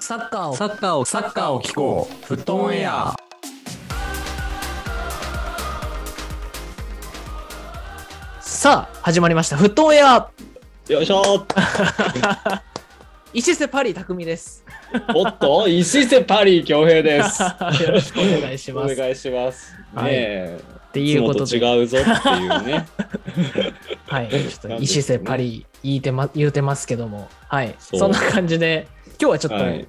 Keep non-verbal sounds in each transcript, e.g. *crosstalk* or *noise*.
サッカーをサッカーを、サッカーを聞こう。フットオンエア。さあ始まりましたフットオンエアよいしょ石瀬パリ匠ですおっと、石瀬パリ恭平です。 *laughs* よろしくお願いしおますっ願いします。ねはいえ、てい、いつうもこととで違うぞっていうね。 *laughs* はいちょっと石瀬パリ言いてま言うてますけどもはいそそうんな感じで今日はちょっと、はい、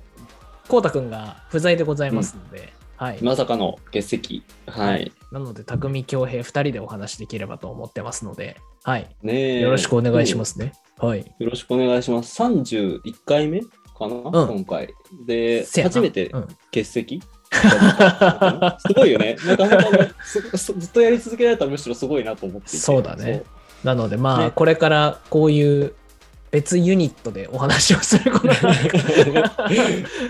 こうたくんが不在でございますので、はい、まさかの欠席。はい。なので匠恭平2人でお話しできればと思ってますのではいねえ。。よろしくお願いしますすね、はいよろしくお願いします。31回目かな、今回。で、せやな初めてうん *laughs* 欠席、すごいよね。なんか本当ねすすずっとやり続けられたらむしろすごいなと思っていてそうだね。なのでまあ、ねこれからこういう別ユニットでお話をすることがそう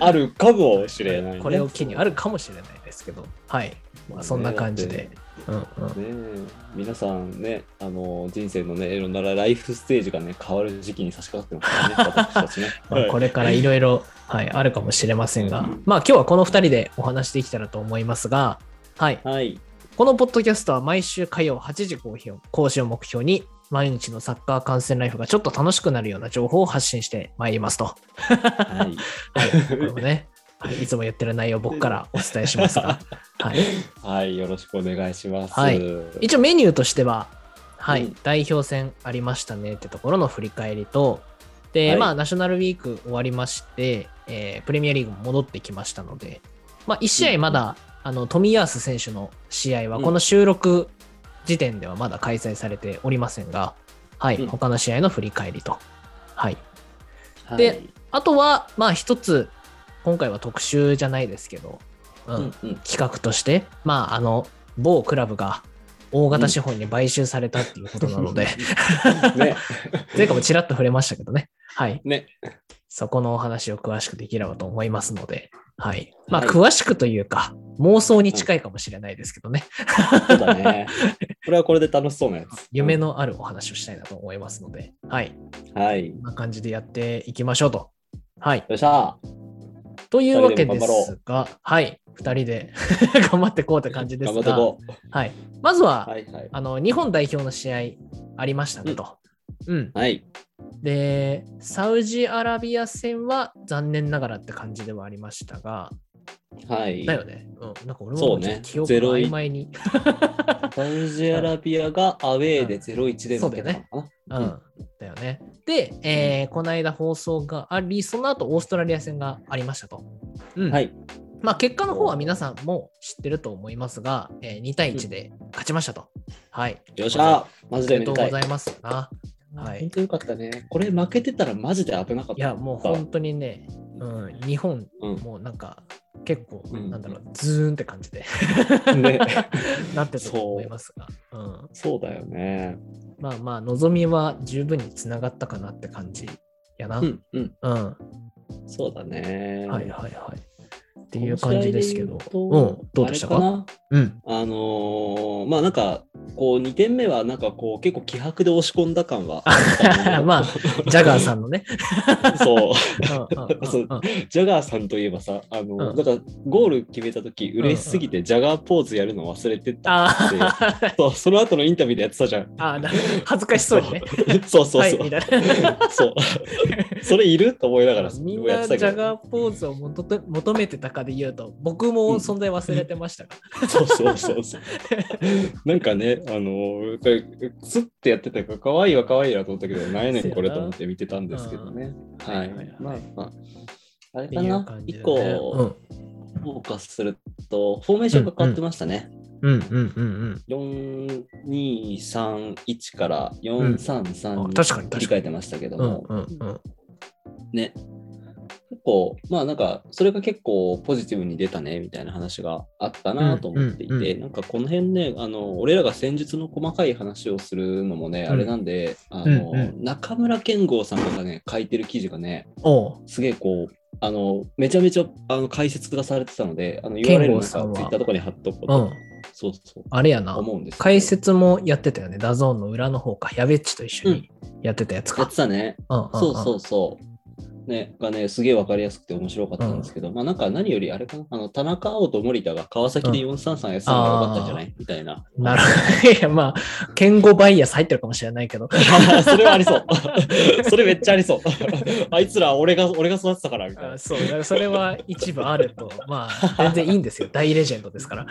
*laughs* あるかもしれない、ね。これを機にあるかもしれないですけど、はい、まあ、そんな感じで。うんうん、ねえ皆さんね、あの人生のね、いろんなライフステージがね、変わる時期に差し掛かってま *laughs* すからね、私たちね。まあ、これからいろいろ、はい、あるかもしれませんが、まあ今日はこの2人でお話できたらと思いますが、はい、はい。このポッドキャストは毎週火曜8時更新を更新を目標に、毎日のサッカー観戦ライフがちょっと楽しくなるような情報を発信してまいりますと。はい。これもね、はい、いつも言ってる内容を僕からお伝えします *laughs* が、はい、はい。よろしくお願いします。はい一応メニューとしては、はい、うん代表戦ありましたねってところの振り返りと、で、はいまあ、ナショナルウィーク終わりまして、えープレミアリーグも戻ってきましたので、まあ、1試合まだ、あの、富安選手の試合は、うんこの収録時点ではまだ開催されておりませんが、はい、うん他の試合の振り返りと。はい。はいであとは、まあ、一つ、今回は特集じゃないですけど、ううんん、うん。企画として、まあ、あの、某クラブが大型資本に買収されたっていうことなので、ね。 *laughs* 前回もちらっと触れましたけどね。はい。ね。そこのお話を詳しくできればと思いますので、はい。まあ、はい詳しくというか、妄想に近いかもしれないですけどね、そうだね。これはこれで楽しそうなやつ。夢のあるお話をしたいなと思いますので、はい。はい。よこんな感じでやっていきましょうと。はい。っしゃ。というわけで二人でも頑すが、はい。二人で *laughs* 頑張ってこうって感じです頑張っていが、こはい。まずはう。、はいはい。あの日本代表の試合ありましたねと。うん、はい。で、サウジアラビア戦は残念ながらって感じではありましたが、はい。だよね。うん、なんか俺そもうね記憶が曖昧に。サウジアラビアがアウェーで0-1で負けたのかな。ううんん、だよね。で、えーこの間放送があり、その後オーストラリア戦がありましたと。うんはい。まあ、結果の方は皆さんも知ってると思いますが、えー2対1で勝ちましたと。はい。よっしゃ。マおジめででとめでうたごいざ。いますな。はい本。当よかったね。これ負けてたらマジで危なかった。いや、もう本当にね、うん、日本、うんもうなんか、結構、うんなんだろう、ズーンって感じでね、 *laughs* なってたと思いますが、うん、そうだよね。まあまあ、望みは十分につながったかなって感じやな。ううん、んうん、はそうだね。いはいはい。っていう感じですけど、この試合で言うん、どうでしたかあれなうん、あのーまあなんか、こう2点目はなんかこう結構気迫で押し込んだ感はあ *laughs* まあジャガーさん。んの *laughs* ね、そう。うんうんうんそうジャガーさんといえばさ、あの、うんなんかゴール決めた時嬉しすぎてジャガーポーズやるの忘れてたあって、そうその後のインタビューでやってたじ *laughs* ゃん。ああな恥ずかしそうにね。そうそうそう。はい、みたいな。 *laughs* そう。 *laughs* それいると思いながらみんなジたけどャガーポーズを求め求めてたかで言うと、僕も存在忘れてましたが。そうそうそうそう。なんかね、あのこれ、スッてやってたから、可愛いは可愛いなと思ったけど、なんやねんこれと思って見てたんですけどね。はいはいはいはい。まあまあ、あれってかいうな感、じで一ね個うフんォーカスすると、フォーメーションが変わってましたね。うんうんうん4231から433うんあに確かに確か切にり替えてましたけどうん。うんも、うんうん。ね。結構、まあなんか、それが結構ポジティブに出たね、みたいな話があったなと思っていて、うんうんうんなんかこの辺ね、あの、俺らが戦術の細かい話をするのもね、んあれなんで、あの、うんう中村健吾さんがね、書いてる記事がね、おうすげえこう、あの、めちゃめちゃあの解説がされてたので、あの、健 URL な吾んさんはかツイッターとかに貼っとこううとん。そうそう、あれやな。思うんですけど解説もやってたよね。ダゾーンの裏の方か。やべっちと一緒うんにやってたやつやっかて。たね。うんうんうんそうそうそう。ね、がね、すげえわかりやすくて面白かったんですけど、まあなんか何よりあれかな、あの、田中碧と森田が川崎で433やってたのがよかったんじゃない、みたいな。 *laughs* なるほど。いや、まあ、言語バイアス入ってるかもしれないけ *laughs* ど。それはありそう。 *laughs* それめっちゃありそう。 *laughs* あいつら俺が、俺が育てたから、みたいあそう、だからそれは一部あると、まあ、全然いいんですよ。大レジェンドですから。な。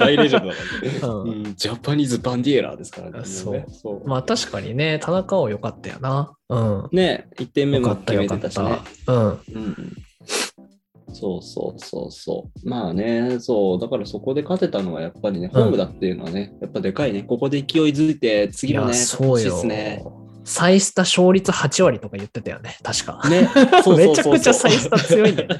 大レジェンドだからね、う、うんん。ジャパニーズ・バンディエラーですからね。あそうそうまあ、確かにね、田中碧良かったよな。うん。ね、1点目良かもった、決め良かてったしね。た。うん。うんそうそうそうそう。まあね、そう、だからそこで勝てたのはやっぱりね、ホームだっていうのはね、やっぱでかいね。ここで勢いづいて、次いもね、やそう勝ちよ。で *laughs* すね。サイスタ勝率8割とか言ってたよね、確か。ね、そうそうそうそうめちゃくちゃサイスタ強いんだよね。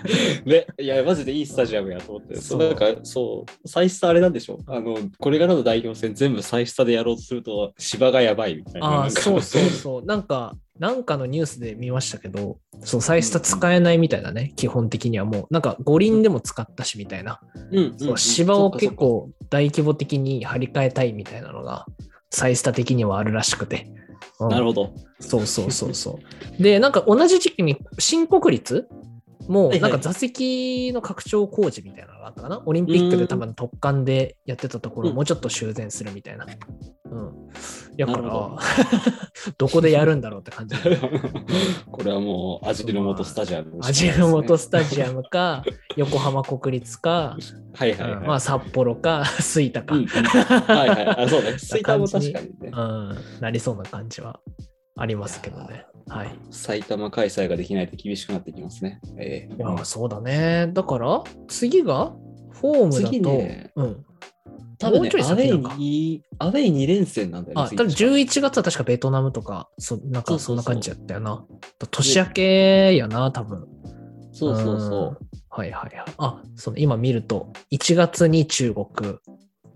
*laughs* ね、いや、マジでいいスタジアムやと思って。そそううなんか、そう、サイスタあれなんでしょあの、これからの代表戦全部サイスタでやろうとすると、芝がやばいみたいな。あなあ、んかそうそうそう。なんか、なんかのニュースで見ましたけど、そう、サイスタ使えないみたいだね、基本的にはもう。なんか、五輪でも使ったしみたいな。 *laughs* うんうんそう芝を結構大規模的に張り替えたいみたいなのが、サイスタ的にはあるらしくて。うんなるほど。 *laughs* そうそうそうそう。で、なんか同じ時期に新国立もはいはういなんか座席の拡張工事みたいなのがあったかな。オリンピックで多分突貫でやってたところをうんもうちょっと修繕するみたいな。うん。やから、なるほ *laughs* どこでやるんだろうって感じ。 *laughs* これはもう、味の素スタジアム、味の素ススタジアムか、横浜国立か、タジアム。はいはい、うはい。んまあ札幌か、吹田か。 *laughs* うんうんはいはい。あ、そうね。吹田も確かにね。うん、なりそうな感じはありますけどね。はい。埼玉開催ができないと厳しくなってきますね。ええいやー、そうだね。だから、次が、ホームだと、次ねうん。多分もうねちょい、アウ先ェなイのかに、アウェイ2連戦なんだよね。あ、次ただ11月は確かベトナムとか、そなんそかうそそんうそなう感じやったよな。年明けやな、多分。そうそうそう。うん。はいはいはい。あ、その今見ると、1月に中国、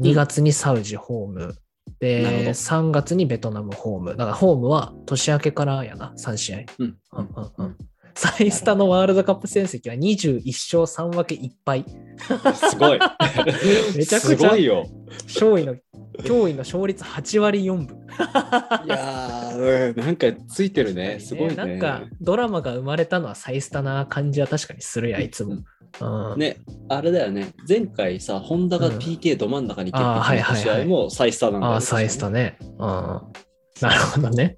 2月にサウジホーム、なるほで、ど3月にベトナムホーム。だからホームは年明けからやな、3試合。うんうんうんうんサイスタのワールドカップ戦績は21勝3分け1敗。す *laughs* ごい。めちゃくちゃすごいよ。勝利の、驚異の勝率8割4分。いやー、うんなんかついてるね。すごいね。なんか、ドラマが生まれたのはサイスタな感じは確かにするや、いつも。うん。ね、あれだよね。前回さ、ホンダが PK ど真ん中に蹴ってあーはいはいはい試合もサイスターなんだよあねあ、サイスタね。うん。なるほどね。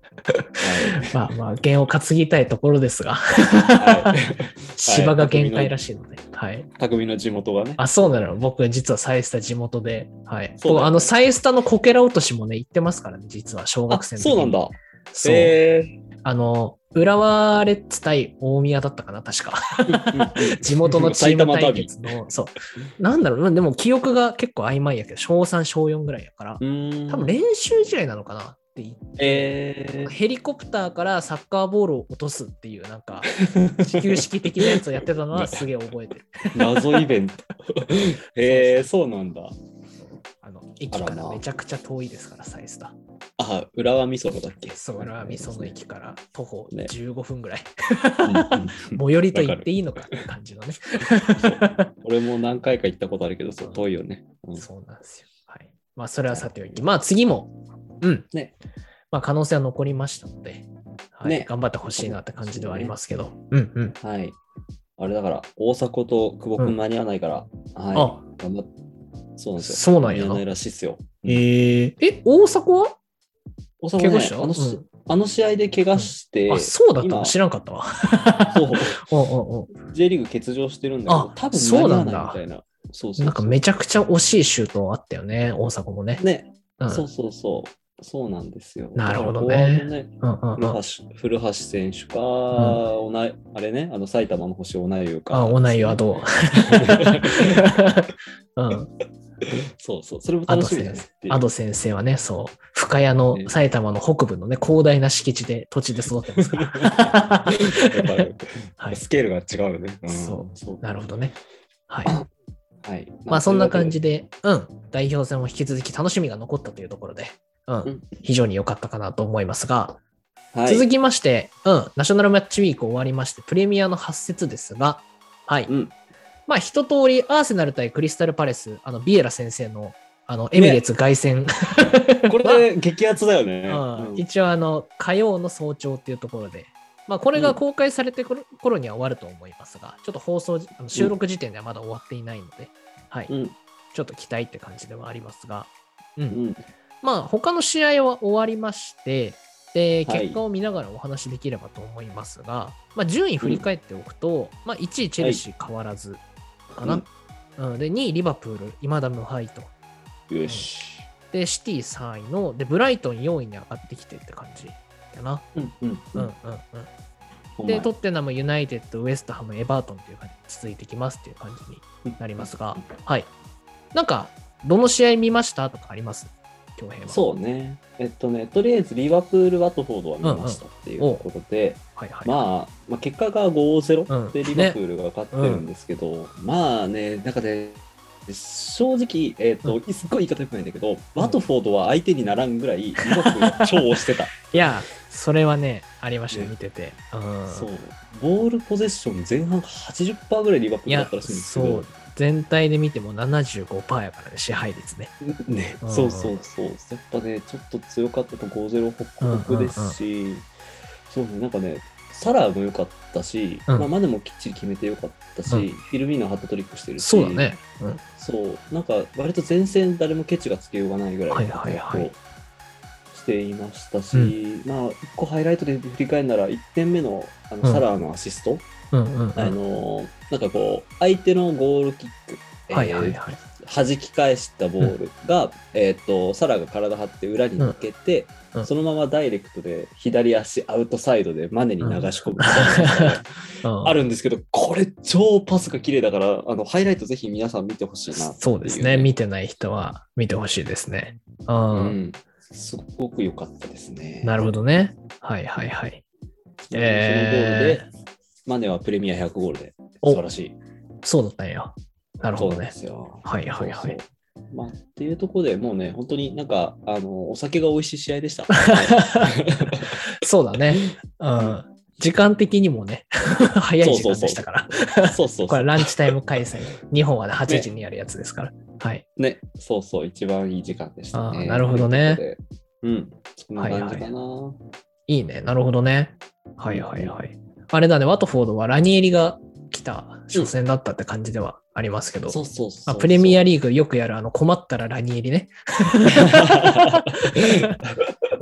*laughs* まはあまあ、弦を担ぎたいところですが、いはい *laughs* 芝が限界らしいので。はい。匠の地元がね。あ、そうなの。僕、実はサイスタ地元で。はい。そうだ僕あの、サイスタのこけら落としもね、行ってますからね、実は、小あ、学生の時そうなんだ。そう。へーあの、浦和レッズ対大宮だったかな、確 *laughs* か。地元のチーム対決の、そう。なんだろうまあ、でも記憶が結構曖昧やけど、小3、小4ぐらいやから、うん多分練習試合なのかなって言ってえー、ヘリコプターからサッカーボールを落とすっていう、なんか、始球式的なやつをやってた *laughs* のはすげえ覚えてる。謎イベン *laughs* ト。えー、そうなんだ。あの、駅かあららまあめちゃくちゃ遠いですから、サイスタ。あ、浦和美園だっ *laughs* けそう、浦和美園の駅から徒歩ね15分ぐらい。うんうん最寄りと言っていいのかっていう感じのね。俺も何回か行ったことあるけど、そう遠いよね。うんそうなんですよ。はい。まあ、それはさておき。まあ、次も、うん。ね。まあ、可能性は残りましたので、はいね頑張ってほしいなって感じではありますけど。うんうん。はい。あれだから、大迫と久保うん君間に合わないから、あはい。頑張っそうなんですよ。そうなんやな間に合わないらしいっすよ。えー、え、大阪は大迫怪ね我した、あのしうんあの試合で怪我して、あ、そうだったの今知らんかったわ。そうおうおう J リーグ欠場してるんだけどあ、多そ分う間なにんだ合わないみたいな。そうおそうなんかめちゃくちゃ惜しいシュートあったよね、大阪もね。ね、うん、そうそうそう。そうなんですよ。なるほどねだからフォワードねうんうんうん。古橋古橋選手か、おなあれね、あの埼玉の星、おなゆか。あ、おないよはどううん。そうそう、それもア楽ドし先みで生すっていう。アド先生はね、そう、深谷のね埼玉の北部のね、広大な敷地で、土地で育ってますから。 *laughs* やっぱはりい。スケールが違うよね。んそうそうなるほどね。はい。はい。まあそんな感じで。で、うん、代表戦も引き続き楽しみが残ったというところで、うん、ん非常に良かったかなと思いますが、はい、続きまして、うん、ナショナルマッチウィーク終わりまして、プレミアの8節ですが、はい。うんまあ一通り、アーセナル対クリスタルパレス、あの、ビエラ先生の、あの、エミレーツ凱旋、これで激アツだよね。うんうん一応あの、火曜の早朝っていうところで、まあ、これが公開されてくる頃には終わると思いますが、ちょっと放送じ、あの収録時点ではまだ終わっていないので、はい、うんちょっと期待って感じではありますが、う、うんんまあ、他の試合は終わりまして、で、はい結果を見ながらお話しできればと思いますが、まあ、順位振り返っておくと、まあ、1位チェルシー変わらずかな。うん、で、2位リバプール、未だ無敗と。よし。で、シティ3位の、で、ブライトン4位に上がってきてって感じだな。うんうんうんうんうん。で、トッテナム、ユナイテッド、ウエストハム、エバートンという感じで続いてきますっていう感じになりますが、はい。なんか、どの試合見ましたとかあります恭平は。う。そうね。えっとね、とりあえずリバプール・ワトフォードは見ましたっていうことで、はいはい。まあ、まあ、結果が5-0うでんリバプールが勝ってるんですけど、まあね、なんかね、正直、えっと、すっごい言い方よくないんだけど、ワトフォードは相手にならんぐらい、リバプールが超押してた。いや、それはね、ありましたね、ね見てて。 *laughs* うん。そう。ボールポゼッション前半80%ぐらいリバプーいルだっやたらしいん、ですけそどう、、全体で見ても75%やからね、支配率ね。ね、うんそうそうそう。やっぱね、ちょっと強かったと5-0ホックホクですし、そうね、なんかね、サラーも良かったし、うんまあ、マネもきっちり決めて良かったし、うんフィルミーノハットトリックしてるし、そうだ。ね。うん。そう、なんか割と前線誰もケチがつけようがないぐらいはいはいはいしていましたし、まあ、一個ハイライトで振り返るなら、1点目のあのうんサラーのアシスト、うんうんうあん。のーなんかこう、相手のゴールキック、えーはいはいはい。弾き返したボールが、えー、とサラが体張って裏に抜けて、うんうんそのままダイレクトで左足アウトサイドでマネに流し込むみたいなのがうんあるんですけど、これ超パスが綺麗だからあのハイライトぜひ皆さん見てほしいなっていそうですね。見てない人は見てほしいですね。う。うんん、すごく良かったですね。なるほどね。はいはいはい。えそのゴールでマネはプレミア100ゴールでお素晴らしい。そうだったんや。なるほそうどなんね。ですよ。はいはいはいそうそう。まあ、っていうところでもうね、本当になんか、あの、お酒が美味しい試合 *laughs* でした。そうだね。うん。時間的にもね、 *laughs* 早い時間でしたから。そうそうこそれう。ランチタイム開催。日本はね8時にやるやつですから。はい。ね、そうそう、一番いい時間でしたあーね。なるほどねということで。うん、そんな感じかな。いいね。なるほどね。はいはいはい。あれだね、ワトフォードはラニエリが来た初戦だったって感じではありますけど。そうそうそうまあ、プレミアリーグよくやるあの困ったらラニエリね。 *laughs*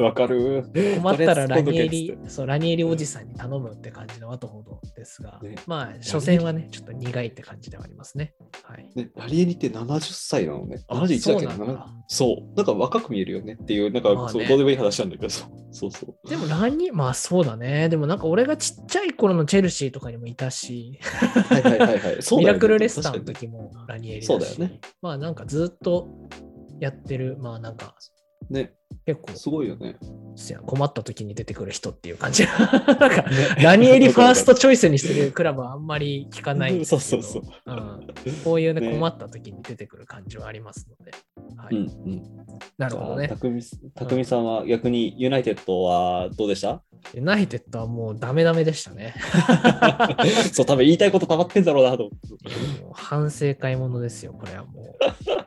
わかる。困ったらラニエとりあえず今度リ決、そう、ラニエリおじさんに頼むって感じのワトフォードですが、ねまあ、初戦はね、ちょっと苦いって感じではありますね。はい。ね、ラリエリって70歳なのね。あ71だっけそどうなんだそう。なんか若く見えるよねっていう、なんか、まあねそうどうでもいい話なんだけど、そうそうそう。でもラニ、まあそうだね。でもなんか俺がちっちゃい頃のチェルシーとかにもいたし、はいはいはいはい。 *laughs* そうミだよラねクルレスターの確かに時もラニエリしそうだよね。まあなんかずっとやってる、まあなんかね、結構すごいよね。せや困った時に出てくる人っていう感 *laughs* じ。なんかラニエリファーストチョイスにしてるクラブはあんまり聞かないんですけ *laughs* そど。うそうそう。うんこういうねね困った時に出てくる感じはありますので。はういんうん。なるほどじゃあね。匠匠さんは逆にユナイテッドはどうでした *laughs* ユナイテッドはもうダメダメでしたね。そう、多分言いたいこと溜まってんだろうなと思って。いやもう反省会ものですよ、これはもう。だか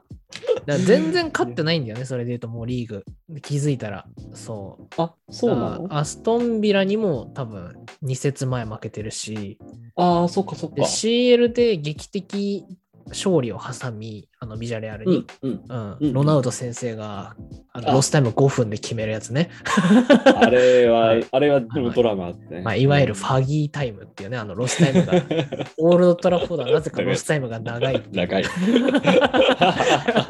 ら全然勝ってないんだよね、それで言うと、もうリーグ。気づいたら、そう。あ、そうなのだからアストンビラにも多分2節前負けてるし、ああ、そっかそっでか。 CL で劇的勝利を挟み、あのビジャレアルうに、んうん。うんうんロナウド先生があのあロスタイム5分で決めるやつね、あれははい、あれはでもドラマあってね。まあ、いわゆるファギータイムっていうね、あのロスタイムが、オールドトラフォードはなぜかロスタイムが長いっていう *laughs* *laughs* 長い。 *laughs*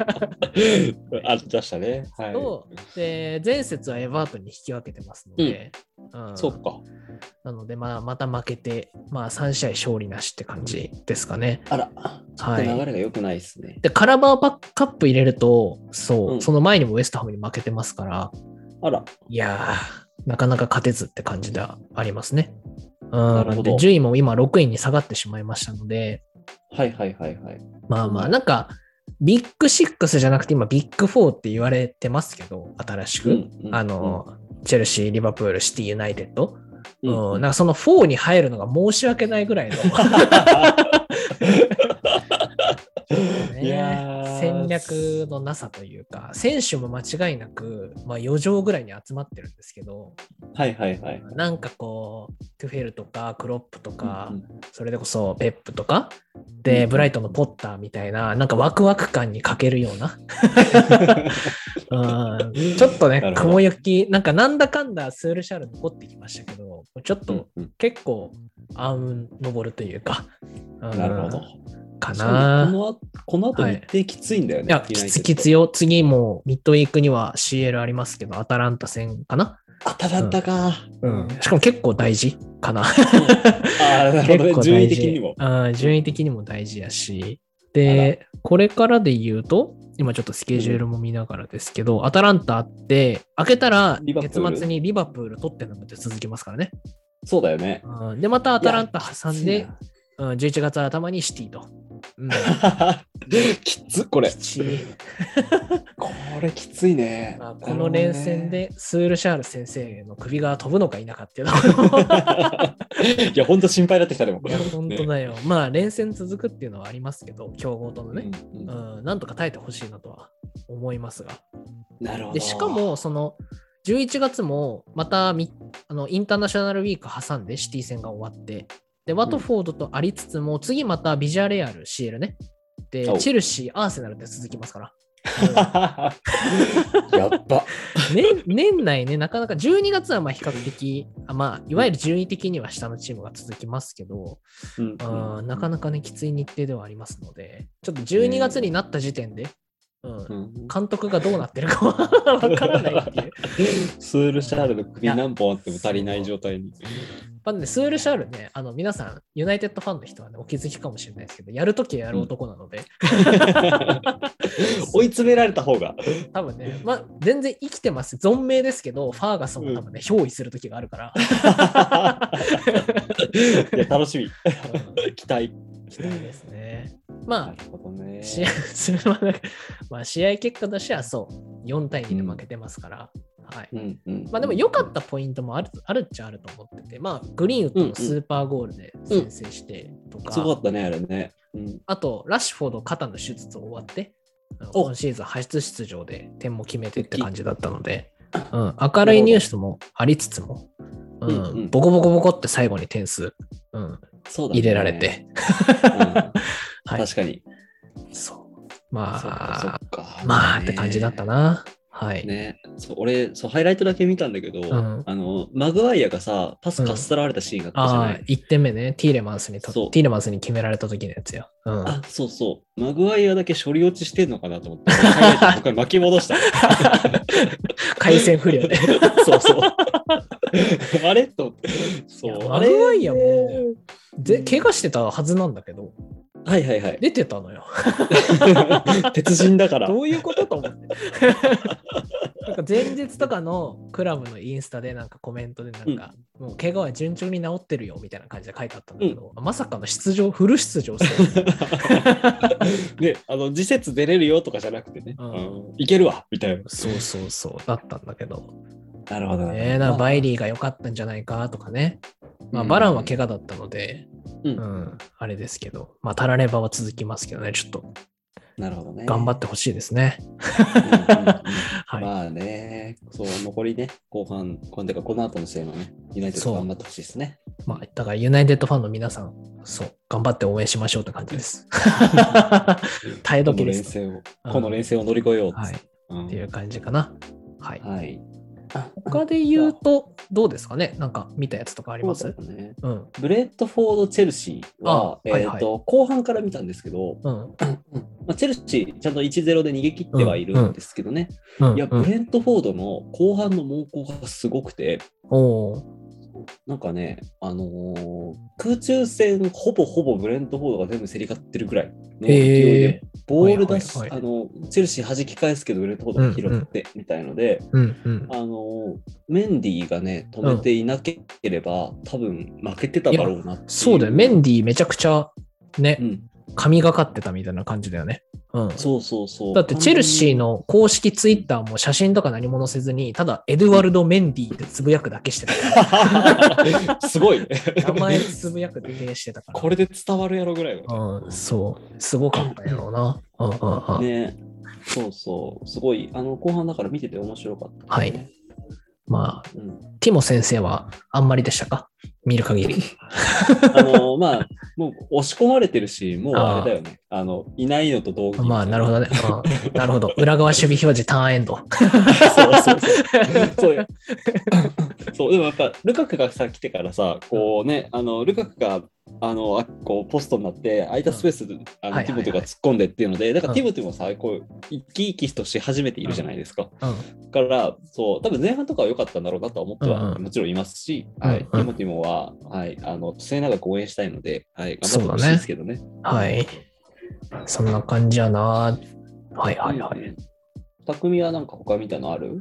ありましたね。はい。と、で前節はエバートンに引き分けてますので、うんそっか。なので、まあ、また負けて、まあ、3試合勝利なしって感じですかね。あら、ちょっとはい流れが良くないですね。で、カラバーバックカップ入れると、そう、うんその前にもウエストハムに負けてますから、あら、いやー、なかなか勝てずって感じではありますね。うん、なるほどで順位も今6位に下がってしまいましたので、はいはいはいはい。まあまあ、なんか、ビッグシックスじゃなくて今ビッグフォーって言われてますけど、新しく。あ、の、チェルシー、リバプール、シティ、ユナイテッド。ううん、うんなんかその4に入るのが申し訳ない *laughs* ぐらいの。いやー戦戦略のなさというか、選手も間違いなく、まあ、4畳ぐらいに集まってるんですけど、はいはいはい。なんかこう、トゥフェルとかクロップとかう、んそれでこそペップとか、で、ブライトンのポッターみたいな、なんかワクワク感に欠けるよう *laughs* な、うんちょっとなね、るほど雲行き、なんかなんだかんだスールシャール残ってきましたけど、ちょっうとんうん結構暗雲上るというか、うんなるほど。かしかな。もこのあこの後はい日程きついんだよね。いや、ユきナイテッつドきつよ。次もうミッドウィークには CL ありますけど、アタランタ戦かな。あただったか。うん、しかも結構大事か *laughs* な。ああ、なるほど結構大事ね。順位的にも。うん順位的にも大事やし。で、これからで言うと、今ちょっとスケジュールも見ながらですけど、アタランタあって、開けたらリバプ月ール末にリバプール取ってなくて続きますからね。そうだよね。うんで、またアタランタ挟んいでや、うん、11月頭にシティと。うん、きつこれき。ちいこれきついねまあこの連戦。でスールシャール先生の首が飛ぶのか否かっていうの *laughs* いや、本当心配になってきたでも。いや、本当だよ。まあ、連戦続くっていうのはありますけど、強豪とのね。ね。うんうんうん、なんとか耐えてほしいなとは思いますが。なるほど。でしか、も、その11月もまたみあのインターナショナルウィーク挟んでシティ戦が終わって、でワトフォードとありつつも、次またビジャレアル、CL ね。でお、うチェルシー、アーセナルって続きます *laughs* から。 *laughs* やっば。年年内ね、なかなか12月はまあ比較的、あまあ、いわゆる順位的には下のチームが続きますけど、うんあーなかなかね、きつい日程ではありますので、ちょっと12月になった時点で、うんうん監督がどうなってるかは *laughs* わからないっていう。スールシャールの首何本あっても足りない状態 *laughs* に。まあね、スールシャールね、あの皆さん、ユナイテッドファンの人はね、お気づきかもしれないですけど、やるときはやる男なので、追い詰められた方 *laughs* が。多分ね、まあ、全然生きてます、存命ですけど、ファーガソンは多分ね、憑依するときがあるから、いや、楽しみ。うん期待。期待ですね。まるほどねあ、試合 *laughs* それはなんかまあ、試合結果としてはそう、4対2で負けてますから、はい。うんうんまあでも良かったポイントもあるあるっちゃあると思ってて、まあグリーンウッドのスーパーゴールで先制してとか、すごかったね、あれね。うんあとラッシュフォード肩の手術を終わって、お今シーズン初出場で点も決めてって感じだったので、うん、明るいニュースもありつつも、うんうんうんボコボコボコって最後に点数、うん、そうだね入れられて、うんはい、確かに。そうそっかそまあ、っかまあって感じだった。な。はい。ね、そう俺そう、ハイライトだけ見たんだけど、んあのマグワイアがさ、パスかっさらわれたシーンがあったじゃあなあい、、 1点目ね、ティーレマンスにとそうティーレマンスに決められた時のやつよ。うん、あ、そうそう。マグワイアだけ処理落ちしてんのかなと思って、 *laughs* ハイライトもう一回巻き *laughs* 戻した。回線不 *laughs* 良で。そうそう。あれと思って。そ。いうやあマれグワイアもぜ怪我してたはずなんだけど、はいはいはい。出てた *laughs* のよ。鉄人だから。 *laughs* どういうことと思って。 *laughs* なんか前日とかのクラブのインスタでなんかコメントでなんか、もう怪我は順調に治ってるよみたいな感じで書いてあったんだけど、まさかの出場、フル出場す *laughs* る。ね、あの、次節出れるよとかじゃなくてね、うんあのいけるわみたいな。そうそうそう、だったんだけ *laughs* ど。なるほどね、なんかバイリーが良かったんじゃないかとかね。まあ、バランは怪我だったので、うんうん、あれですけど、まあ、タラレバは続きますけどね、ちょっとなるほどね。頑張ってほしいですね。うんうんうん *laughs* はい。まあね、そう、残りね、後半、こんてかこの後の試合もね、ユナイテッドそう頑張ってほしいですね。まあ、だからユナイテッドファンの皆さん、そう、頑張って応援しましょうって感じ *laughs* です。耐えこ時での連す。戦を、うんこの連戦を乗り越えようっはい。っつって。うんていう感じかな。はい。はい。他で言うと、どうですかねなんか見たやつとかありまそうすだねうん。ブレッドフォード・チェルシーは、あえはいーはいと後半から見たんですけど、うん。まあ、チェルシー、ちゃんと1-0で逃げ切ってはいるんですけどね、うん。いや、うブん、レッドフォードの後半の猛攻がすごくて、おーなんかね、あのー空中戦、ほぼほぼブレッドフォードが全部競り勝ってるぐらいの勢いで、へボール出し、はいはいあのチェルシー弾き返すけど、ブレッドフォードが拾ってみたいので、ーうんうん。あのメンディーがね、止めていなければ、多分負けてただろうなっていそうだよ。メンディーめちゃくちゃ、うね、ん、神がかってたみたいな感じだよね。うん。そうそうそう。だってチェルシーの公式ツイッターも写真とか何も載せずに、ただエドワルド・メンディーってつぶやくだけしてた。 *laughs* *laughs* すごいね。名前つぶやくだけしてたから。これで伝わるやろぐらいの。うん、そう。すごかったやろうな。うんうんうん。ねそうそう、すごい、あの後半だから見てて面白かった、はい。まあ、うん、ティモ先生はあんまりでしたか見る限り。あの、まあ、もう押し込まれてるし、もうあれだよね。あの、いないのと同義。まあ、なるほどね。うんなるほど。裏側守備表示、ターンエンド。そうそうそう。そうよそうでもやっぱルカクがさ来てからさこうねあのルカクがあのあこうポストになって空いたスペースであのはいはいはいティモテが突っ込んでっていうのでだからうんティモテもさこう生き生きとし始めているじゃないですかうんだからそう多分前半とかは良かったんだろうなとは思ってうんはうんもちろんいますしはうんいテうんィモテもははいあの末永く応援したいのではい頑張ってほしいですけどねはい。そんな感じやな。はいはいはい。匠はなんか他見たのある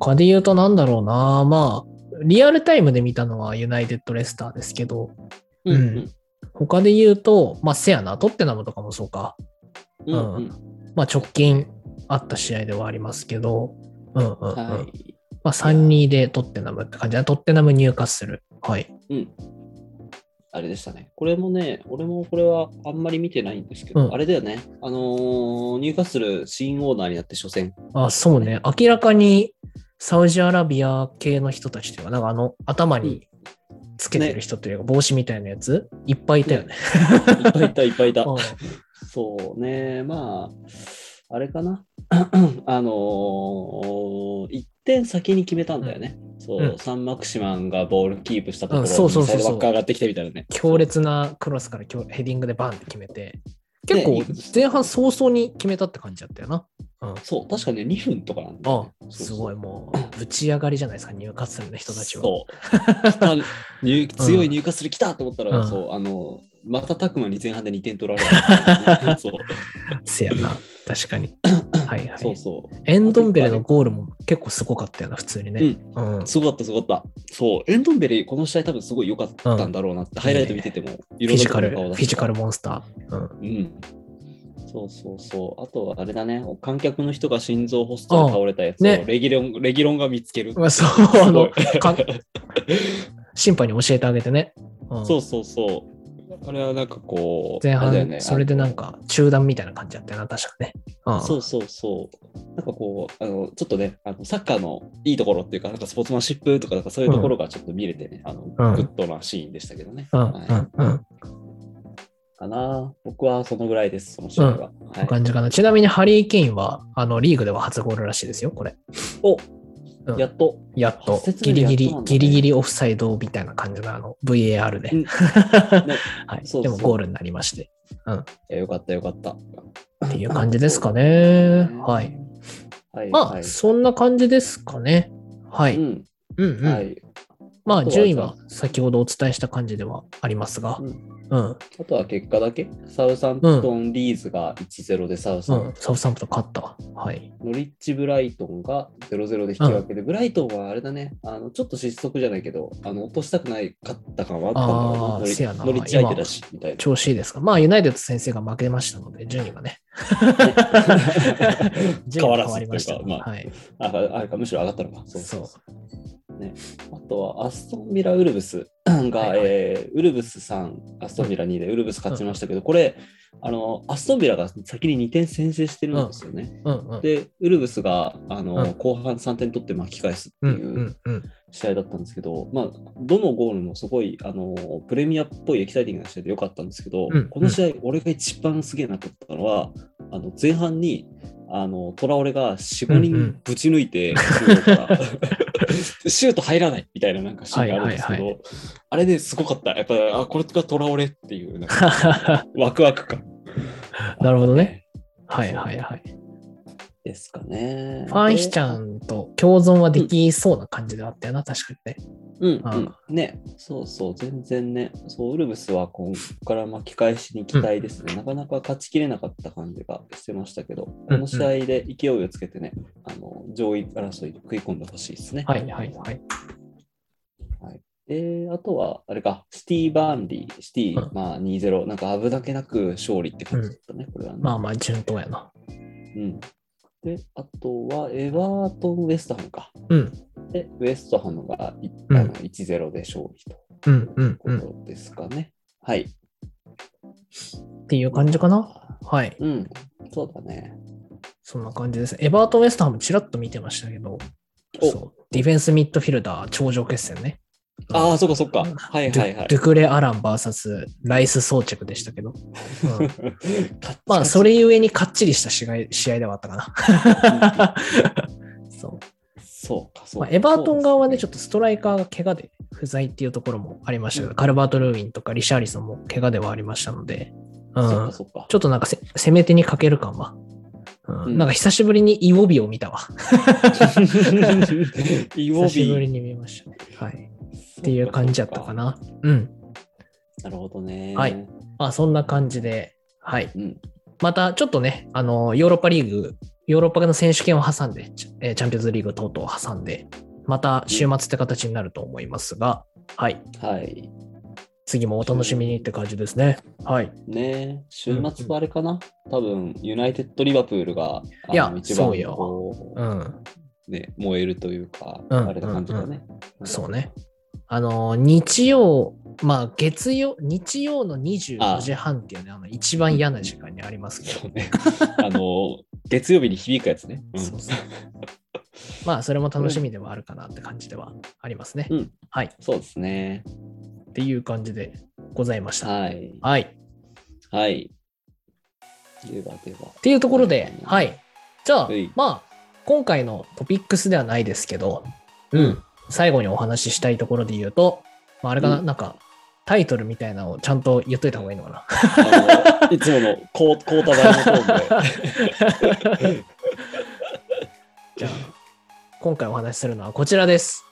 他で言うとなんだろうな。まあ、リアルタイムで見たのはユナイテッド・レスターですけど、うん他で言うと、まあ、せやな、トッテナムとかもそうか。うんうんうんまあ、直近あった試合ではありますけど、うんうん、うん。はいまあ、3-2でトッテナムって感じだ。トッテナム入荷する。はい。うん。あれでしたね。これもね、俺もこれはあんまり見てないんですけど、うんあれだよね。あのー、入荷する新オーナーになって初戦。あ、そうね。明らかにサウジアラビア系の人たちというか、なんかあの、頭につけてる人というか、帽子みたいなやつ、いっぱいいたよね。いっぱいいた、いっぱいい *laughs* た。うんそうね、まあ、あれかな。 *clears throat* あのー、1点先に決めたんだよね。そう、うんサンマクシマンがボールキープしたところうんそうそうミそうそサうイドバック上がってきてみたいなね。強烈なクロスから強ヘディングでバンって決めて、結ね構前半早々に決めたって感じだったよな。うん。そう、確かね、2分とかなんだあよね、すごいももう、ぶち上がりじゃないですか、入荷する人たちは。そう来た *laughs* 入強い入荷する来たと思ったら、うんそうあのまたたくまに前半で2点取られ *laughs* たそうせやな、確かに。はいはそうい。そエンドンベレのゴールも結構すごかったよな、普通にう、ね。うんうん、。すごかったすごかったそうエンドンベレーこの試合多分すごい良かったんだろうなって、ハイライト見ててもいフろィんなジとこカろル、フに顔出ィしてジたカルモンスター。うん。うんそうそうそうあとはあれだね観客の人が心臓ホストで倒れたやつをねレギロン、レギロンが見つけるま *laughs* あ、そう、あすごのい、か審判に教えてあげてね。うん *laughs* そうそうそうあれはなんかこう前あれだよ半、ねそれでなんか中断みたいな感じだったよな、確かね。うんそうそうそう。なんかこう、あのちょっとね、あのサッカーのいいところっていうか、なんかスポーツマンシップとか、なんかそういうところがちょっと見れてね、あのうんグッドなシーンでしたけどね。うん、はいうんうん。かな。僕はそのぐらいです、その試合は。はい感じかな。ちなみにハリー・ケインは、あの、リーグでは初ゴールらしいですよ、これ。お、うんやっと。やっと初、ギ節目でリやギリっとなんだギね、リギリオフサイドみたいな感じの、あの、VAR で。うんはい。そうそうでも、ゴールになりまして。いやよかった、よかった。っていう感じですかね。はい。。はい、まはあ、いそんな感じですかね。はうい。ん、うんうはん。い。まあ、あとは順位は先ほどお伝えした感じではありますがう。うん。あとは結果だけ。サウサンプトン・リーズが1-0でサウうサン、ん。サウサンプトン勝ったわ。はい。ノリッチ・ブライトンが0-0で引き分けで、ブライトンはあれだね、あのちょっと失速じゃないけど、あの落としたくないかった感はあったんだろうあーなノリせやなノリッチ相手だし、みたいな。調子いいですか。まあ、ユナイテッド先生が負けましたので、順位が *laughs* ね。順位が変わりました変わらずというかまあはい。ああれか、むしろ上がったのか。そうそうそう。あとは、アストンビラ・ウルブスが、はいはいえーウルブス3、アストンビラ2で、ウルブス勝ちましたけど、これあの、アストンビラが先に2点先制してるんですよね。うんうん。で、ウルブスがあの、うん後半3点取って巻き返すってうんいうう。んうん。 *laughs* 試合だったんですけど、まあ、どのゴールもすごいあのプレミアっぽいエキサイティングな試合で良かったんですけど、うんこの試合、俺が一番すげえなと思ったのは、あの前半にあのトラオレが4、5うんう人んぶち抜 *laughs* いて、シュート入らないみたいななんかシーンがあるんですけど、はいはあれですごかった、やっぱりあこれがトラオレっていうなんかワクワク感。 *laughs* なるほどね。はいはいはい。ですかね。ファンヒちゃんと共存はできそうな感じではあったよな、確かにね。うん、あうん、ね、そうそう、全然ね、そう、ウルブスはここから巻き返しに期待ですね、なかなか勝ちきれなかった感じがしてましたけど、うんうんこの試合で勢いをつけてね、あの上位争いに食い込んでほしいですね。はいはいはい。で、あとは、あれか、シティ・バーンリー、シティ、うんまあ2-0、なんか危なげなく勝利って感じだったね、これはね。まあまあ順当やな。うん、で、あとは、エバートン・ウェストハムか。うんで、ウェストハムがいうんあの1-0で勝利と。うんうんこうん。っとですかね。はい。ていう感じかな。はい。うん、そうだね。そんな感じです。エバートン・ウェストハム、ちらっと見てましたけど、おそうディフェンスミッドフィルダー、頂上決戦ね。あうあ、んそっかそっか。うんはいドはゥいはい。ドゥクレ・アラン VS ライス装着でしたけど、うん *laughs* まあ、それ。れゆえにかっちりした試合試合ではあったかな。 *laughs* そうそうか、そうまかあ、エバートン側はね、ちょっょっとストライカーが怪我で不在っていうところもありましたけど、カルバート・ルーインとかリシャーリソンも怪我ではありましたので、うそっんか、、そっか。ちょっとなんかせ攻め手に欠ける感は、うんうんなんか久しぶりにイオビを見たわ。 *laughs* イオ久しぶりビに見ましたね。はい。っていう感じだったか。な。うん。なるほどね。はい。まあ、そんな感じで、はい。うん。また、ちょっとね、あの、ヨーロッパリーグ、ヨーロッパの選手権を挟んで、チャえーチャンピオンズリーグ等々を挟んで、また週末って形になると思いますが、はい。はい。次もお楽しみにって感じですね。はい。ね週末はあれかな、多分、ユナイテッド・リバプールが、あのいや一そ番うよこううん。ね、燃えるというか、うんあれな感じだね。そうね。あの、日曜、まあ、月曜、日曜の25時半っていうね、あの、一番嫌な時間にありますけどそ。うね。 *laughs* あの、月曜日に響くやつね。うんそうそう。まあ、それも楽しみではあるかなって感じではありますね。うんはい。そうですね。っていう感じでございました。はい。はい。はい。ではではっ。ていうところで、はい。じゃあはい、まあ、今回のトピックスではないですけど、うん。最後にお話ししたいところで言うと、まあ、あれかな、うなんか、タイトルみたいなのをちゃんと言っといた方がいいのかな。 *laughs* あのいつものこう、こうたばのトーンで。じゃあ、今回お話しするのはこちらです。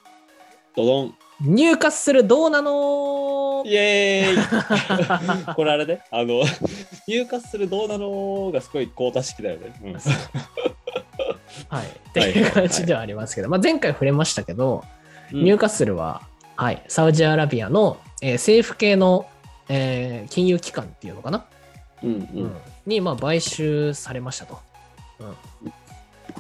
ドドン。入荷するどうなのイエーイこれあれね、あの、 *laughs* 入荷するどうなのがすごい高多式だよね。うん *laughs* はい。っていう感じではありますけど、まあ、前回触れましたけど、ニューカッスルは、はい、サウジアラビアの、えー政府系の、えー金融機関っていうのかな、うんううんんに、まあ、買収されましたと。うんは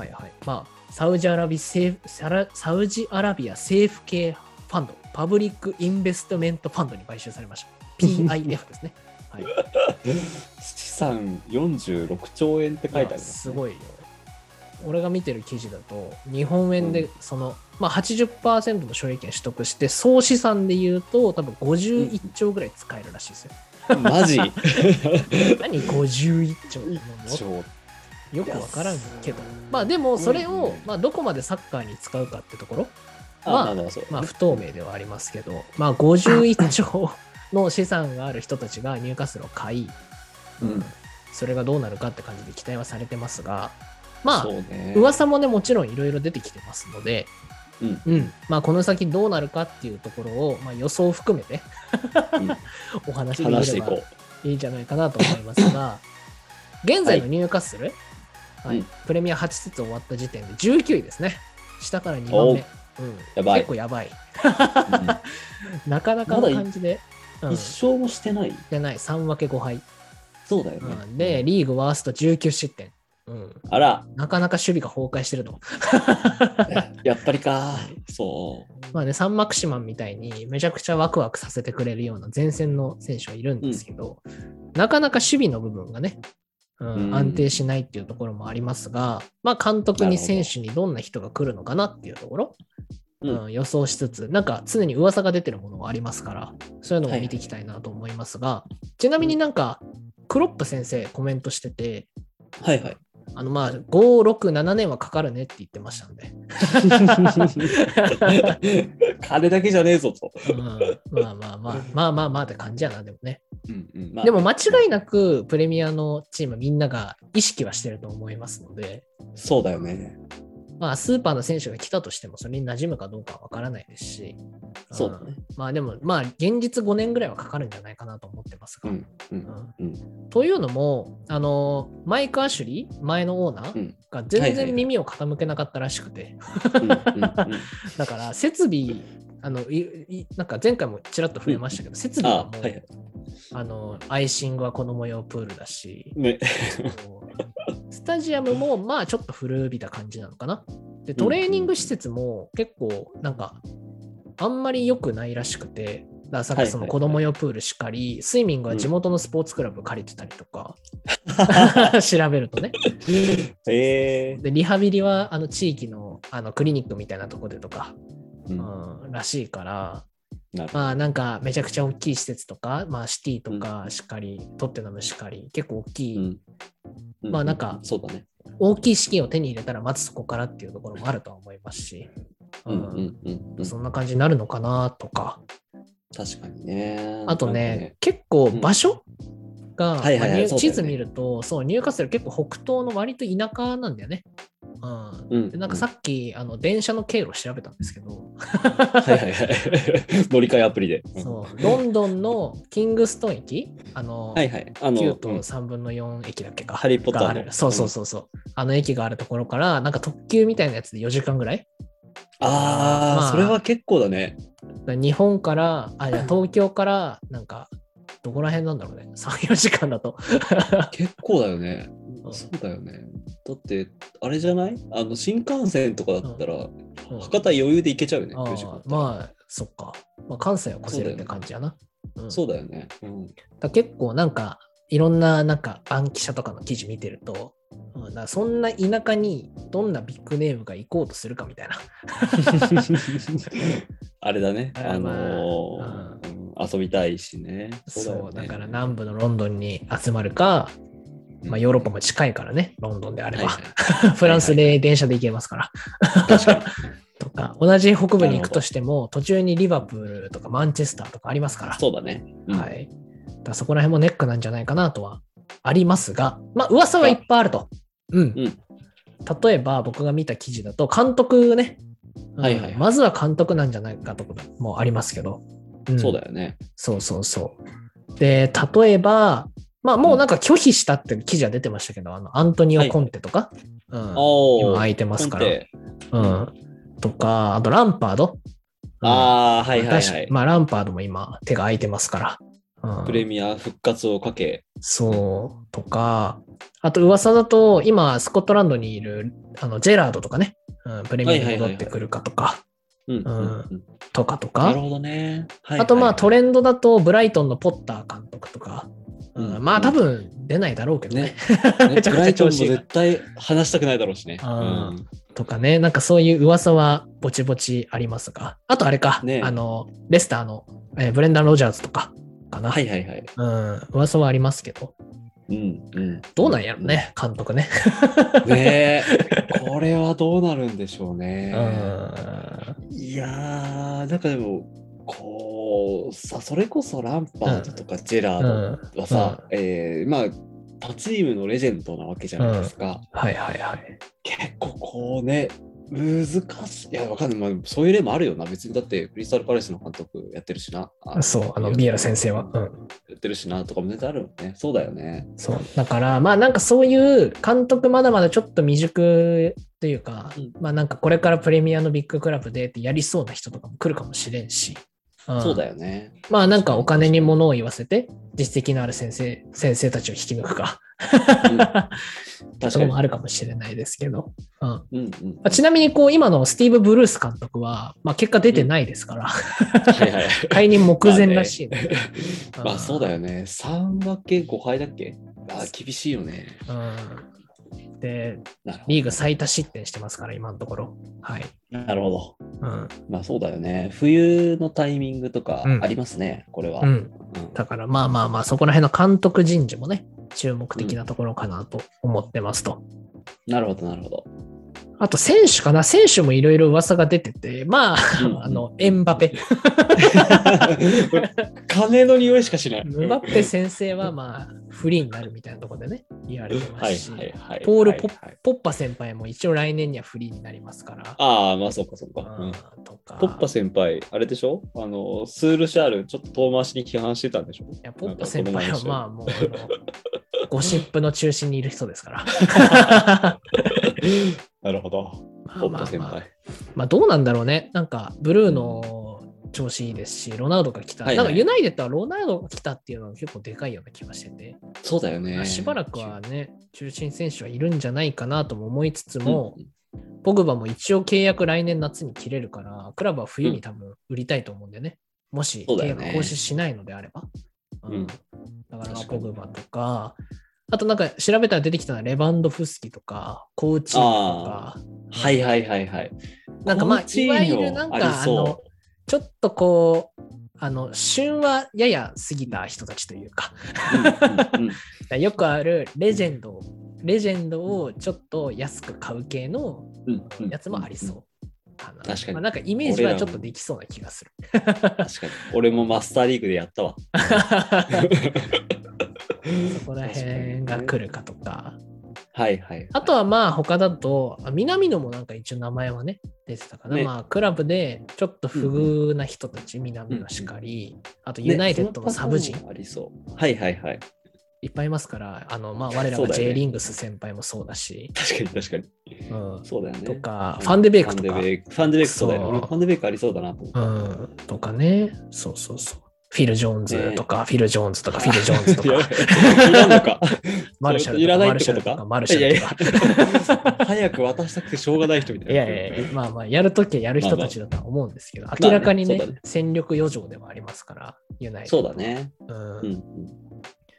いはいまあ、サウジアラビ政府サラサウジアラビア政府系ファンド、パブリック・インベストメント・ファンドに買収され *laughs* ました。PIF ですね。はい、資産46兆円って書いてある、いやすごいよ。俺が見てる記事だと、日本円でその、まあ、80%の所有権取得して、総資産で言うと、多分51兆ぐらい使えるらしいですよ。マ *laughs* ジ何51兆って *laughs* もう超よくわからんけど。まあでも、それうをん、まあ、どこまでサッカーに使うかってところ、あまあまあまあそうまあ、不透明ではありますけど、まあ、51兆の資産がある人たちが入荷するを買い、うんそれがどうなるかって感じで期待はされてますが、まあ、そうね噂もね、もちろんいろいろ出てきてますので、うんまあ、この先どうなるかっていうところを、まあ、予想を含めて *laughs* お話しで話しきていればこいいんじゃないかなと思います *laughs* が、現在のニューカッスル、はいうんプレミア8節終わった時点で19位ですね。下から2番目。うんやばい結構やばい。う、うんなかなかの感じで、うん、一生もしてないでない3分け5敗、そうだようね、んで、リーグワースト19失点。うん *laughs* あらなかなか守備が崩壊してるとやっぱりかそうまあね、サンマクシマンみたいにめちゃくちゃワクワクさせてくれるような前線の選手はいるんですけど、なかなか守備の部分がね、うんうん安定しないっていうところもありますが、まあ、監督になるほど選手にどんな人が来るのかなっていうところ、うんうん予想しつつ、なんか常に噂が出てるものはありますから、そういうのも見ていきたいなと思いますが、ちなみになんか、クロップ先生コメントしてて、はいはいあのまあ5、6、7年はかかるねって言ってましたんで、 *laughs* 金だけじゃねえぞと、うんまあまあまあ、まあまあまあって感じやな、でもね。うんうんまあでも間違いなくプレミアのチームみんなが意識はしてると思いますので、そうだよねまあ、スーパーの選手が来たとしてもそれに馴染むかどうかはわからないですし、そうだねんまあでも、まあ現実5年ぐらいはかかるんじゃないかなと思ってますうが。んうんうんというのも、あのマイク・アシュリー、前のオーナうーんがは全いはいは然い耳を傾けなかったらしくて、うんうんうんだから設備、あのいいなんか前回もちらっと触れましたけど、設備は *laughs* あもう、はいはいあのアイシングは子供用プールだ *laughs* し、 *laughs* ねスタジアムもまあちょっと古びた感じなのかな。で、トレーニング施設も結構なんかあんまり良くないらしくて、だからさっきその子供用プールしかり、スイミングは地元のスポーツクラブ借りてたりと *laughs* か、調べるとね。えで、リハビリはあの地域のあのクリニックみたいなとこでとか、ー。うんうん、らしいから、なるほまあなんかめちゃくちゃ大きい施設とか、まあシティとかしっかり、トッテナムしっかり、結構大きい、どうんうまあなんかそうだね。大きい資金を手に入れたらまずそこからっていうところもあるとは思いますし、うんうんうん、うん、そんな感じになるのかなとか、確かにね。あとね、なんか結構場所、が、はいはいはいまあニューそうだよね地図見ると、そう、ニューカッスル結構北東の割と田舎なんだよね。うん。うん、でなんかさっき、あの電車の経路調べたんですけど、はいはい *laughs* はい。乗り換えアプリで。そうロンドンのキングストン駅、あの、はいはい。あの、 9うとん3分の4駅だっけか。ハリーポッターのがあるそうそうそうそう。あの駅があるところから、なんか特急みたいなやつで4時間ぐらい。ああ、まあそれは結構だね。だから日本から、あ、じゃあ東京から、なんか、どこら辺なんだろうね。3、4時間だと。結構だよね。うんそうだよね。だって、あれじゃないあの、新幹線とかだったら、うん博多余裕で行けちゃうよね。あ九時間だっあたらまあ、そっか。まあ、関西を越せるって感じやな。うんそうだよね。 *laughs* うん。だから結構なんかいろんななんか暗記者とかの記事見てると、うん、だからそんな田舎にどんなビッグネームが行こうとするかみたいな。あれだね。あーあのまあーうん遊びたいしね。そうだからな。南部のロンドンに集まるか、まあ、ヨーロッパも近いからね、ロンドンであれば。フランスで電車で行けますから。確かに。とか、同じ北部に行くとしても、途中にリバプールとかマンチェスターとかありますから。そうだね。うんはい。だからそこら辺もネックなんじゃないかなとはありますが、まあ、噂はいっぱいあると。うん。うん例えば、僕が見た記事だと、監督ね、うんはいはいはいまずは監督なんじゃないかとかもありますけど。んそうだよね。そうそうそう。で、例えば、まあ、もうなんか拒否したって記事は出てましたけど、あの、アントニオ・コンテとか、うん、今お空ーいてますかコンら、テうん、とか、あとランパード。ああ、はいはい確はかい。まあ、ランパードも今、手が空いてますから。うんプレミア復活をかけ。そう、とか、あと噂だと、今、スコットランドにいる、あの、ジェラードとかね、うん、プレミアに戻ってくるかとか、うんうんうんとかとなるか、ほどね。はいはいあとまあトレンドだと、ブライトンのポッター監督とか、うんうんまあ多分出ないだろうけどね、。ね *laughs* めちゃくちゃ調子いいブライトンも絶対話したくないだろうしね。あーうんとかね、なんかそういう噂はぼちぼちありますが、あとあれか、ねあの、レスターの、えーブレンダン・ロジャーズとかかな、はいはいはい。うん、噂はありますけど、うんうん。どうなんやろね、監督ね。 *laughs* ねえ。これはどうなるんでしょうね。うんいやー、なんかでも、こう、さ、それこそランパードとかジェラーうんドはさ、えーまあ、他チームのレジェンドなわけじゃないですか。はいはいはい。結構こうね、難しい。いや、わかんない。まあ、そういう例もあるよな。別にだって、クリスタルパレスの監督やってるしな。あそう、あの、ビエラ先生は。うん。やってるしなとかも絶対あるよね。そうだよね。そうだからまあなんかそういう監督まだまだちょっと未熟というか、うんまあなんかこれからプレミアのビッグクラブでってやりそうな人とかも来るかもしれんし、ん、そうだよよ *laughs* ね。まあなんかお金に物を言わせて実績のある先生先生たちを引き抜くか、うん確そかれにも。あるかもしれないですけど、うんまうんうん。あちなみにこう今のスティーブ・ブルース監督は、まあ、結果出てないですから、はいはい。解任目前らしいので、 *laughs* まあねまあそうだよね。3分け5敗だっけあー厳しいよね。うん、でなるほリーグ最多失点してますから今のところはい、ど。なるほど。うんまあそうだよね。冬のタイミングとかうんありますね、これは。ううんん、だからまあまあまあそこら辺の監督人事もね注目的なところかなと思ってますと、なるほど、なるほど。あと選手かな選手もいろいろ噂が出ててまあうん *laughs* あのエンバペ金の匂いしかしない。エンバペ先生はまあフリーになるみたいなところでね言われてまはいすし、はいはい。ポールはいはいポッパ先輩も一応来年にはフリーになりますからああ、まあそうかそうか。ううんんとかポッパ先輩、あれでしょあの、スールシャール、ちょっと遠回しに批判してたんでしょいやポッパ先輩はまあもうあの *laughs* ゴシップの中心にいる人ですからなるほど。ポッパ先輩。まあどうなんだろうね。なんか、ブルーの調子いいですし、ロナウドが来た。はいはいなんか、ユナイテッドはロナウドが来たっていうのは結構でかいような気がしてて、そうだよね。しばらくはね、中心選手はいるんじゃないかなとも思いつつうん、も、ポグバも一応契約来年夏に切れるから、クラブは冬に多分売りたいと思うんだよね。もしそうだ契よ約ね更新しないのであれば。ううんんだから、確かポにグバとか、あとなんか調べたら出てきたのはレバンドフスキとか、コーチーニとか、はいはいはいはい。なんかまあこのチームいわゆるなんかありそうあのちょっとこう、あの旬はやや過ぎた人たちというか、うんうんうんよくあるレジェンドを、レジェンドをちょっと安く買う系のうんうんやつもありそうかな。確かにまあなんかイメージはちょっとできそうな気がする。確かに。俺もマスターリーグでやったわ。 *laughs* そこら辺が来るかとか。はいはい。あとはまあ他だと、あ南野もなんか一応名前はね、出てたかな。ねまあクラブでちょっと不遇な人たち、南野しかり、あとユナイテッドのサブ陣ねそのパターンもありそう。はいはいはい。いっぱいいますから、あのまあ我らそがうだよね J リングス先輩もそうだし、確かに確かに。うんそうだよね。とか、うんファンデベイクファとンデか。ベイク。ファンデベイクそうだよね。そう俺ファンデベイクありそうだなと思った。うん、とかね。そうそうそう。フィル・ジョーンズとか、フィル・ジョーンズとか、フィル・ジョーンズと *laughs* いか、やいらんのか。マルシャルいらとないか、マっルてシこャルととかか、。マルシャルとか。いやいや早く渡したくてしょうがない人みたいな。いやいやいや、まあまあ、やるときはやる人たちだとは思うんですけど、明らかにねまあねそうだね戦力余剰でもありますから、ユナイテッそドうだ。ね。うん。うんうん。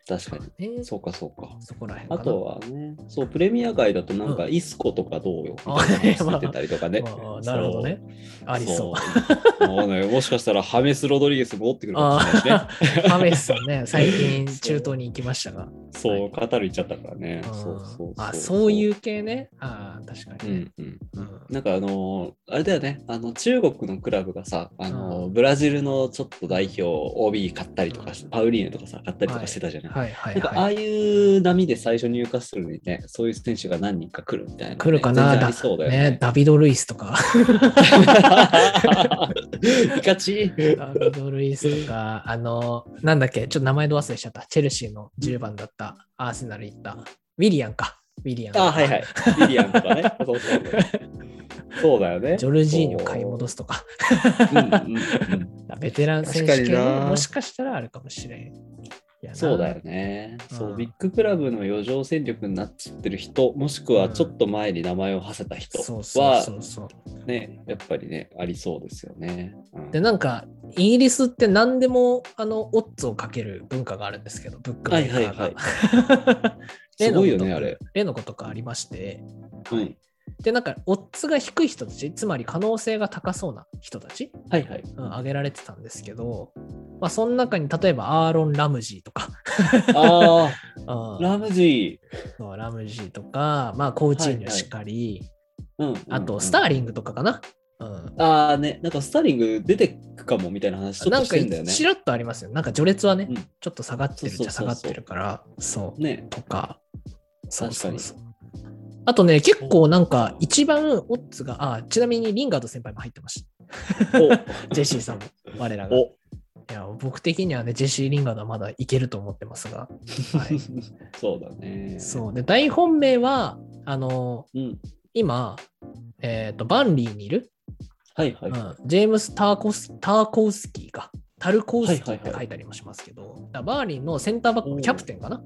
確かに。ねそうかそうか。そこらへんかあな。とはね、そう、プレミア外だとなんか、うイスコとかどうよあみたいな話出てたりとかね。まあ、なるほどね。ありそう。う。もうね、もしかしたらハメス・ロドリゲス戻ってくるかもあしれないしね。あ、 *laughs* ハメスさんね、最近中東に行きましたが。そう、カタール行っちゃったからね。うん *laughs* そうそうそう。あ、そういう系ね。ああ、確かうにね。んうん。うんなんかあのーあれだよね、あの中国のクラブがさ、あのーうんブラジルのちょっと代表 OB 買ったりとかし、うんパウリーネとかさ、買ったりとかしてたじゃない。はいはいなんかあはあい。いう波で最初入荷するのにね、そういう選手が何人か来るみたいな、来るかな全然ありそうだよねね。、ダビド・ルイスとか。 *laughs* ピカチュウダビド・ルイスとか、あの、なんだっけ、ちょっと名前ど忘れしちゃった。チェルシーの10番だった、アーセナル行った、ウィリアンか。ウィリアン。あ、はいはい。ビリアンと *laughs* かね。そうそうそうだよね。ジョルジーニを買い戻すとか、うんうん *laughs* うんベテラン選手確かに権なもしかしたらあるかもしれん。いやなそうだよ。ね。そうう、んビッグクラブの余剰戦力になっちゃってる人、もしくはちょっと前に名前を馳せた人そうそうはそうそう。ね、やっぱりね、ありそうですよね。うんで、なんか、イギリスって何でも、あの、オッズをかける文化があるんですけど、ブックメーカーがはいは例 *laughs* すのごいよごとくね、あれ。。例のことかありまして、うんで、なんか、オッズが低い人たち、つまり可能性が高そうな人たち、はいはい。うん、挙げられてたんですけど、まあ、その中に例えばアーロン・ラムジーとか、あ *laughs* うあ、んラムジーそうラムジーとか、まあ、コーチーニョしかり、。うんうんあと、スターリングとかかな。うんああね、なんかスターリング出てくかもみたいな話ちょなっとんしかてんだよね。ちらっとありますよ。なんか序列はね、うんちょっと下がってるっちゃ下そうそうそうそうがってるから、そう、 *laughs* ね、とか、そう確かそうにそう。あとね、結構なんか一番オッズが、あ、ちなみにリンガード先輩も入ってました。ジェシーさんも、我らが。いお、や、僕的にはね、ジェシー・リンガードはまだいけると思ってますが、はい。 *laughs* そうだね。そう。で、大本命は、あの、うん。今、えっ、と、バンリーにいる、はいはい。うん、ジェームス・ターコスターコウスキーか、タルコウスキーって書いてありもしますけど、だからバーリンのセンターバッおクーキャプテンかな、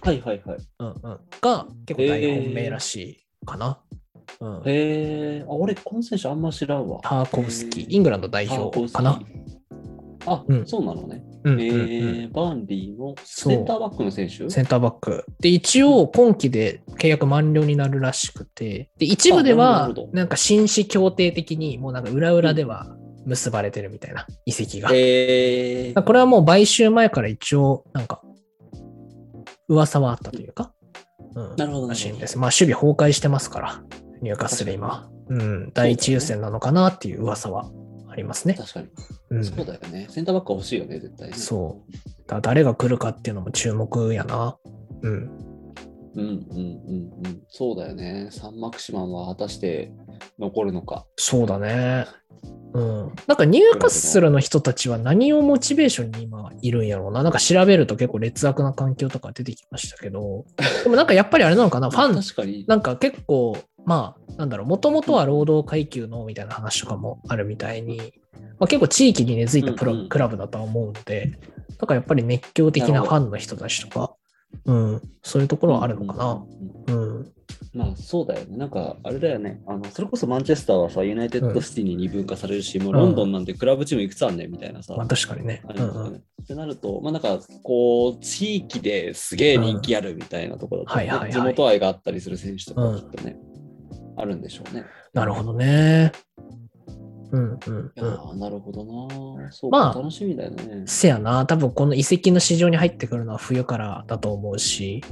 はいはいはい。うんうん、が結構大本命らしいかな。うん、へえ、あ、俺、この選手あんま知らんわ。ターコウスキー、イングランド代表かな。あ、うんそうなのね。うんうんえうんー、バンリーのそうセンターバックの選手センターバック。で、一応、今期で契約満了になるらしくて、で、一部であなはるほど、なんか、紳士協定的に、もうなんか、裏裏では結ばれてるみたいな、遺跡が。えー、これはもう買収前から一応、なんか、噂はあったというか、うん、なるほどなるほどらしいんです。まあ、守備崩壊してますから、入荷する今、うん、第一優先なのかなっていう噂はありますね。確かに、うん、そうだよね。センターバックは欲しいよね、絶対、ね。そうだから誰が来るかっていうのも注目やな。うん、う。うんうんうんうん。そうだよね。サンマクシマンは果たして残るのか。そうだね。うん、なんかニューカッスルの人たちは何をモチベーションに今いるんやろうな。なんか調べると結構劣悪な環境とか出てきましたけ *laughs* ど、でもなんかやっぱりあれなのかな、ファン確かに。なんか結構、まあ、なんだろう、もともとは労働階級のみたいな話とかもあるみたいに、まあ、結構地域に根付いたプロ、うんうんクラブだとは思うので、なんかやっぱり熱狂的なファンの人たちとか、うん、そういうところはあるのかな。うんうん。まあそうだよね。なんかあれだよね。あのそれこそマンチェスターはさ、ユナイテッドシティに二分化されるし、もうロンドンなんてクラブチームいくつあんねんみたいなさ。まあ確かにね。あうれんとうかん。ねってなると、まあなんかこう、地域ですげえ人気あるみたいなところだとね、うんはいはいはい地元愛があったりする選手とかきっとね、あるんでしょうね。なるほどね。うんうんいうやん。ーなるほどなー。そうまあか、楽しみだよね。せやな、多分この移籍の市場に入ってくるのは冬からだと思うし、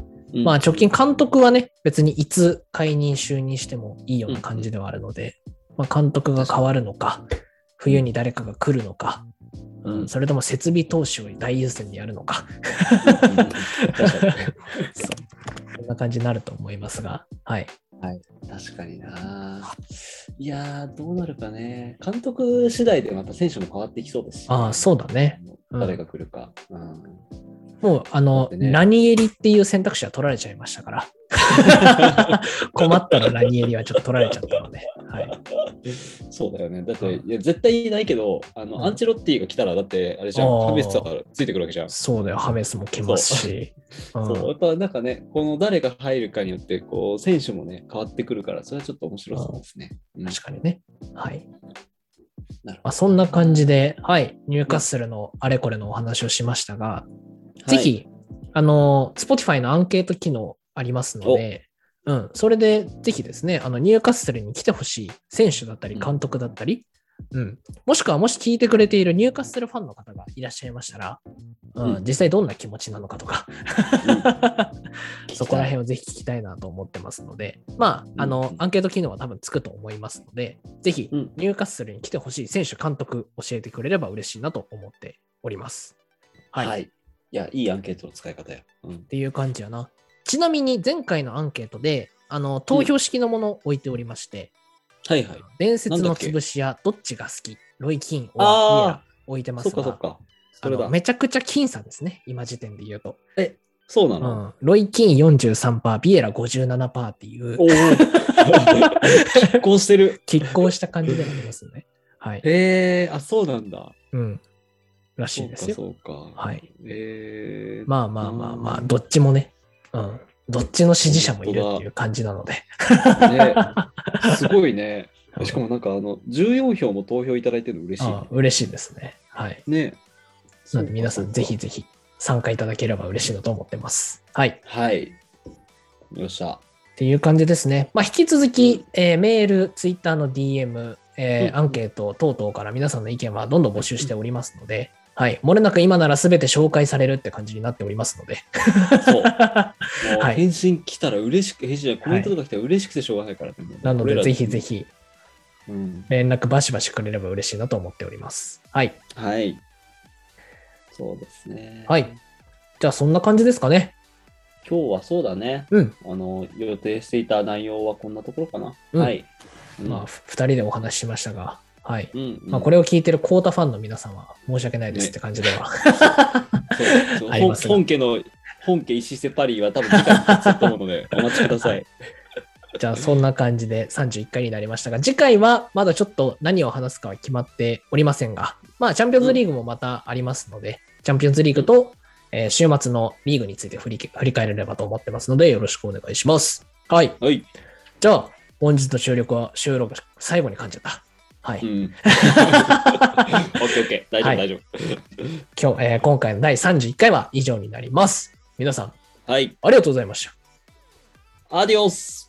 まあうん直近監督はね、別にいつ解任就任してもいいような感じではあるので、まあ監督が変わるのか、冬に誰かが来るのか、うんそれとも設備投資を大優先でやるのか、確かに *laughs* そんな感じになると思いますが、はい。確かにな。いやー、どうなるかね。監督次第でまた選手も変わってきそうですし。ああ、そうだね。うん誰が来るか。うんもう、あだっの、てねラニエリっていう選択肢は取られちゃいました *laughs* から。困ったらラニエリはちょっと取られちゃったので。はい、そうだよね。だって、ういや絶対いないけど、あの、うんアンチェロッティが来たら、だって、あれじゃん、あーハメスさんがついてくるわけじゃん。そうだよ、ハメスも来ますし。うんそう、やっぱなんかね、この誰が入るかによって、こう、選手もね、変わってくるから、それはちょっと面白そうですね。うん確かにね。はい。なるほまあ、そんな感じで、はい、ニューカッスルのあれこれのお話をしましたが、ぜひ、あの、Spotify のアンケート機能ありますので、うん、それでぜひですね、あの、ニューカッスルに来てほしい選手だったり、うん監督だったり、うん、もしくはもし聞いてくれているニューカッスルファンの方がいらっしゃいましたら、うん、うん実際どんな気持ちなのかとか、 *laughs* そこら辺をぜひ聞きたいなと思ってますので、まあ、あの、うんアンケート機能は多分つくと思いますので、ぜひ、うんニューカッスルに来てほしい選手、監督、教えてくれれば嬉しいなと思っております。はい。はいい、や、いいアンケートの使い方よ。うんっ。ていう感じやな。ちなみに前回のアンケートで、あの投票式のものを置いておりまして、はいはい。伝説の潰し屋、どっちが好きロイ・キン、オあーア・イエラ置いてまそすっかそっが、か。あそれのだ。めちゃくちゃ僅差ですね、今時点で言うと。そうなうの。ん、ロイ・キン43%、ビエラ57%っていうお、お。拮抗してる。拮抗した感じではあります *laughs* ね。はい。へえ、あ、そうなんだ。うん。らしそいうでか、すよ。そうか。はい。えー、まあまあまあまあ、どっちもね、うん。どっちの支持者もいるっていう感じなので。ね、すごいね。しかもなんかあの14票も投票いただいてるの嬉しいあ嬉しいですね。はい。ね。ね。なんで皆さんぜひぜひ参加いただければ嬉しいなと思ってます。はい。はい。よっしゃ。っていう感じですね。まあ、引き続き、えーメール、ツイッターの DM、えーうんアンケート等々から皆さんの意見はどんどん募集しておりますので、はい。もれなく今なら全て紹介されるって感じになっておりますので。 *laughs* そう。もうはい返信来たら嬉しく、返信じゃないコメントとか来たら嬉しくてしょうがないからね、なの俺で、らぜひぜ。ひうん。連絡バシバシくれれば嬉しいなと思っております。はい。はい。そうですね。はい。じゃあ、そんな感じですかね。今日はそうだね。うん。あの、予定していた内容はこんなところかな。うんはい。うんまあ、ふ二人でお話ししましたが、はい。うん、まあ、これを聞いてるコータファンの皆さんは申し訳ないですって感じでは。そうそう *laughs* あり本ますが本家の本家石瀬パリは多分次回に続くと思う *laughs* ので、お待ちください。じゃあそんな感じで31回になりましたが、次回はまだちょっと何を話すかは決まっておりませんが、まあチャンピオンズリーグもまたありますので、チャンピオンズリーグと、えー週末のリーグについて振り振り返れればと思ってますので、よろしくお願いします。はい。はい。じゃあ、本日の収録は、収録、最後に感じた。はい。 *laughs* うん。オッケーオッケー。大丈は夫い大丈今日、えー今回の第31回は以上になります。皆さん、夫。はい。ありがとうございました。アディオス